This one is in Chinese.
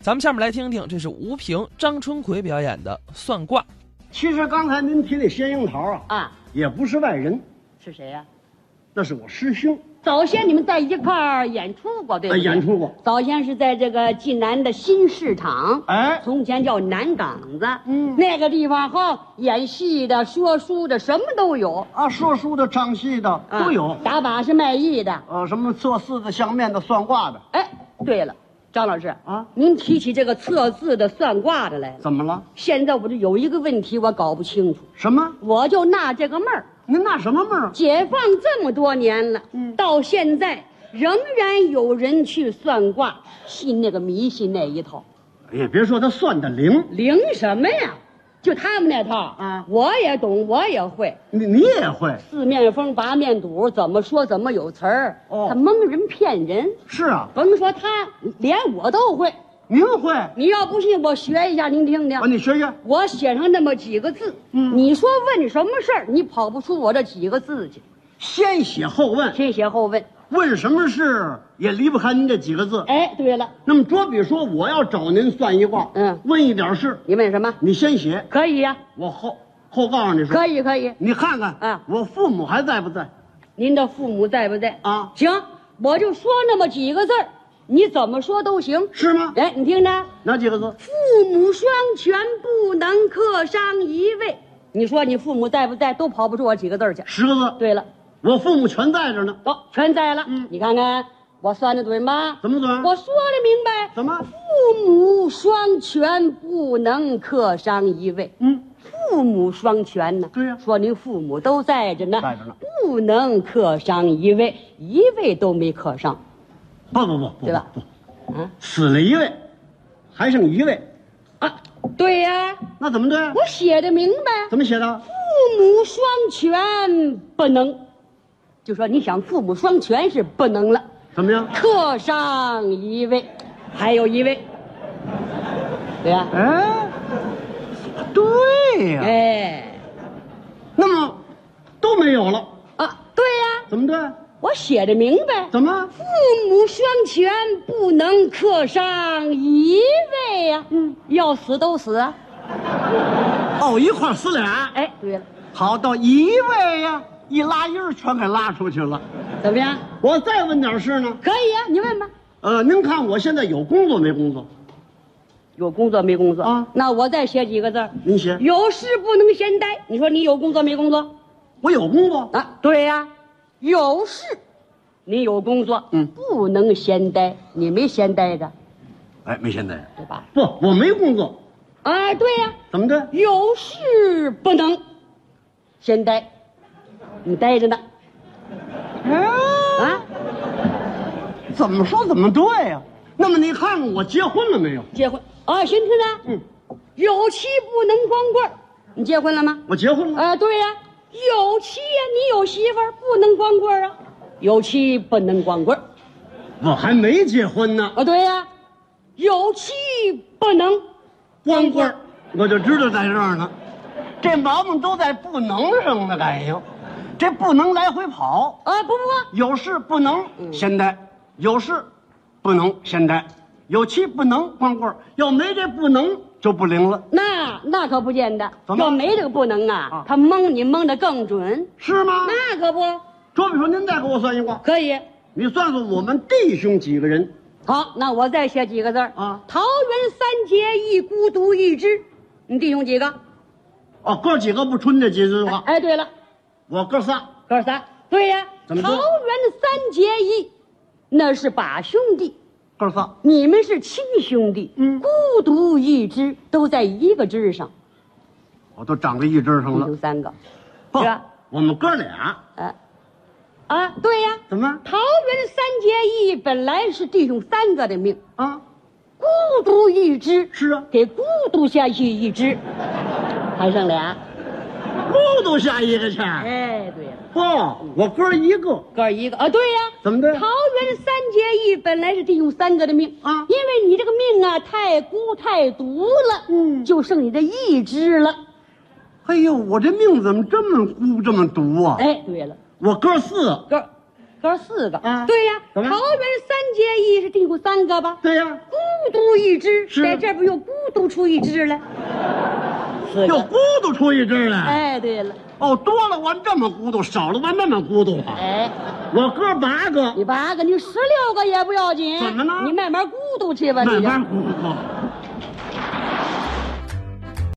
咱们下面来听听，这是吴平、张春奎表演的《算卦》。其实刚才您提那仙樱桃啊，啊，也不是外人，是谁呀、那是我师兄，早先你们在一块儿演出过，对不呃，对？演。出过。早先是在这个济南的新市场，哎从前叫南岗子，嗯那个地方哈，演戏的、说书的，什么都有，啊，说书的、唱戏的啊都有，打把式卖艺的。呃，什么测四字相面的、算卦的，哎，对了，张老师啊您提起这个测字的、算卦的来了，怎么了？现在我这有一个问题我搞不清楚，什么？我就纳这个闷儿。您纳什么闷儿？解放这么多年了，嗯到现在仍然有人去算卦，信那个迷信那一套，也哎别说他算的灵，灵什么呀？就他们那套啊我也懂，我也会。你你也会？四面风，八面堵，怎么说怎么有词儿，哦他蒙人骗人。是啊，甭说他，连我都会。您会啊？你要不信，我学一下，您听听。你学学。我写上那么几个字，嗯你说问什么事儿，你跑不出我这几个字去。先写后问，先写后问。问什么事也离不开您这几个字。哎，对了，那么，卓比说我要找您算一卦，嗯问一点事，你问什么？你先写，可以呀、我后后告诉你说， 可以可以，你看看，啊我父母还在不在？您的父母在不在啊行，我就说那么几个字儿，你怎么说都行。是吗？哎，你听着，哪几个字？父母双全不能克伤一位。你说你父母在不在，都跑不出我几个字儿去。十个字。对了，我父母全在这呢，都、全在了。嗯你看看我算的准吧？怎么准？我说的明白。怎么父母双全不能克伤一位。嗯，父母双全呢？对呀说您父母都在着呢，在着呢，不能克伤一位，一位都没克伤，不不不不，对吧不，啊，死了一位，还剩一位，啊，对呀、那怎么对啊？我写的明白，怎么写的？父母双全不能，就说你想父母双全是不能了，怎么样？克伤一位，还有一位，对呀、哎，对呀、哎，那么都没有了，啊，对呀、怎么对？我写的明白，怎么？父母双全不能克伤一位呀、嗯，要死都死啊！哦，一块儿死俩。哎，对了，好到一位呀、一拉音儿全给拉出去了。怎么样？我再问点事呢，可以呀、你问吧。呃，您看我现在有工作没工作？有工作没工作啊那我再写几个字儿。您写，有事不能闲待。你说你有工作没工作？我有工作。啊，对呀、有事，你有工作，嗯不能闲待。你没闲待着，哎，没现在。对吧？不，我没工作，啊，对呀、怎么的？有事不能闲待，你待着呢哎，啊。怎么说怎么对呀、那么你看看我结婚了没有？结婚啊，寻思呢，嗯，有妻不能光棍儿你结婚了吗？我结婚了。啊，对呀、有妻呀、你有媳妇儿不能光棍儿啊，有妻不能光棍儿我还没结婚呢，啊，对呀、有妻不能光棍儿，我就知道在这儿呢。这毛病都在不能上呢，感情，这不能来回跑，啊，不不不，有事不嗯能先待，有事不能先待，有妻不能光棍儿，要没这不能就不灵了，那那可不见得，怎么要没这个不能啊，啊他蒙你蒙的更准，是吗？那可不卓比说，您再给我算一卦，可以。你算算我们弟兄几个人？好，那我再写几个字儿啊桃园三结义，孤独一只。你弟兄几个？哦，哥几个不春这几句话，哎，对了。我哥仨。哥仨，对呀、怎么桃说园三结义，那是把兄弟，哥仨，你们是亲兄弟，嗯孤独一支，都在一个枝上，我哦都长在一枝上你了就。三个，不嗯是啊吧？我们哥俩啊啊，对呀、怎么桃园三结义本来是弟兄三个的命，啊？孤独一支，是啊，给孤独下去一支，还剩俩。咕嘟下一个去。哎，对呀、不，我哥一个，哥一个啊，对呀、怎么的桃园三结义本来是弟兄三个的命啊因为你这个命啊太孤太独了，嗯就剩你这一只了。哎呦，我这命怎么这么孤这么毒啊？哎，对了，我哥四，哥，哥四个。啊对呀、桃怎么园三结义是定过三个吧？对呀，孤独一只，是在这儿不又孤独出一只来？四又咕嘟出一只来。哎，对了，哦，多了我这么咕嘟，少了我那么咕嘟啊。哎，我哥八个，你八个，你十六个也不要紧。怎么了你慢慢孤独去吧，慢你就慢咕嘟。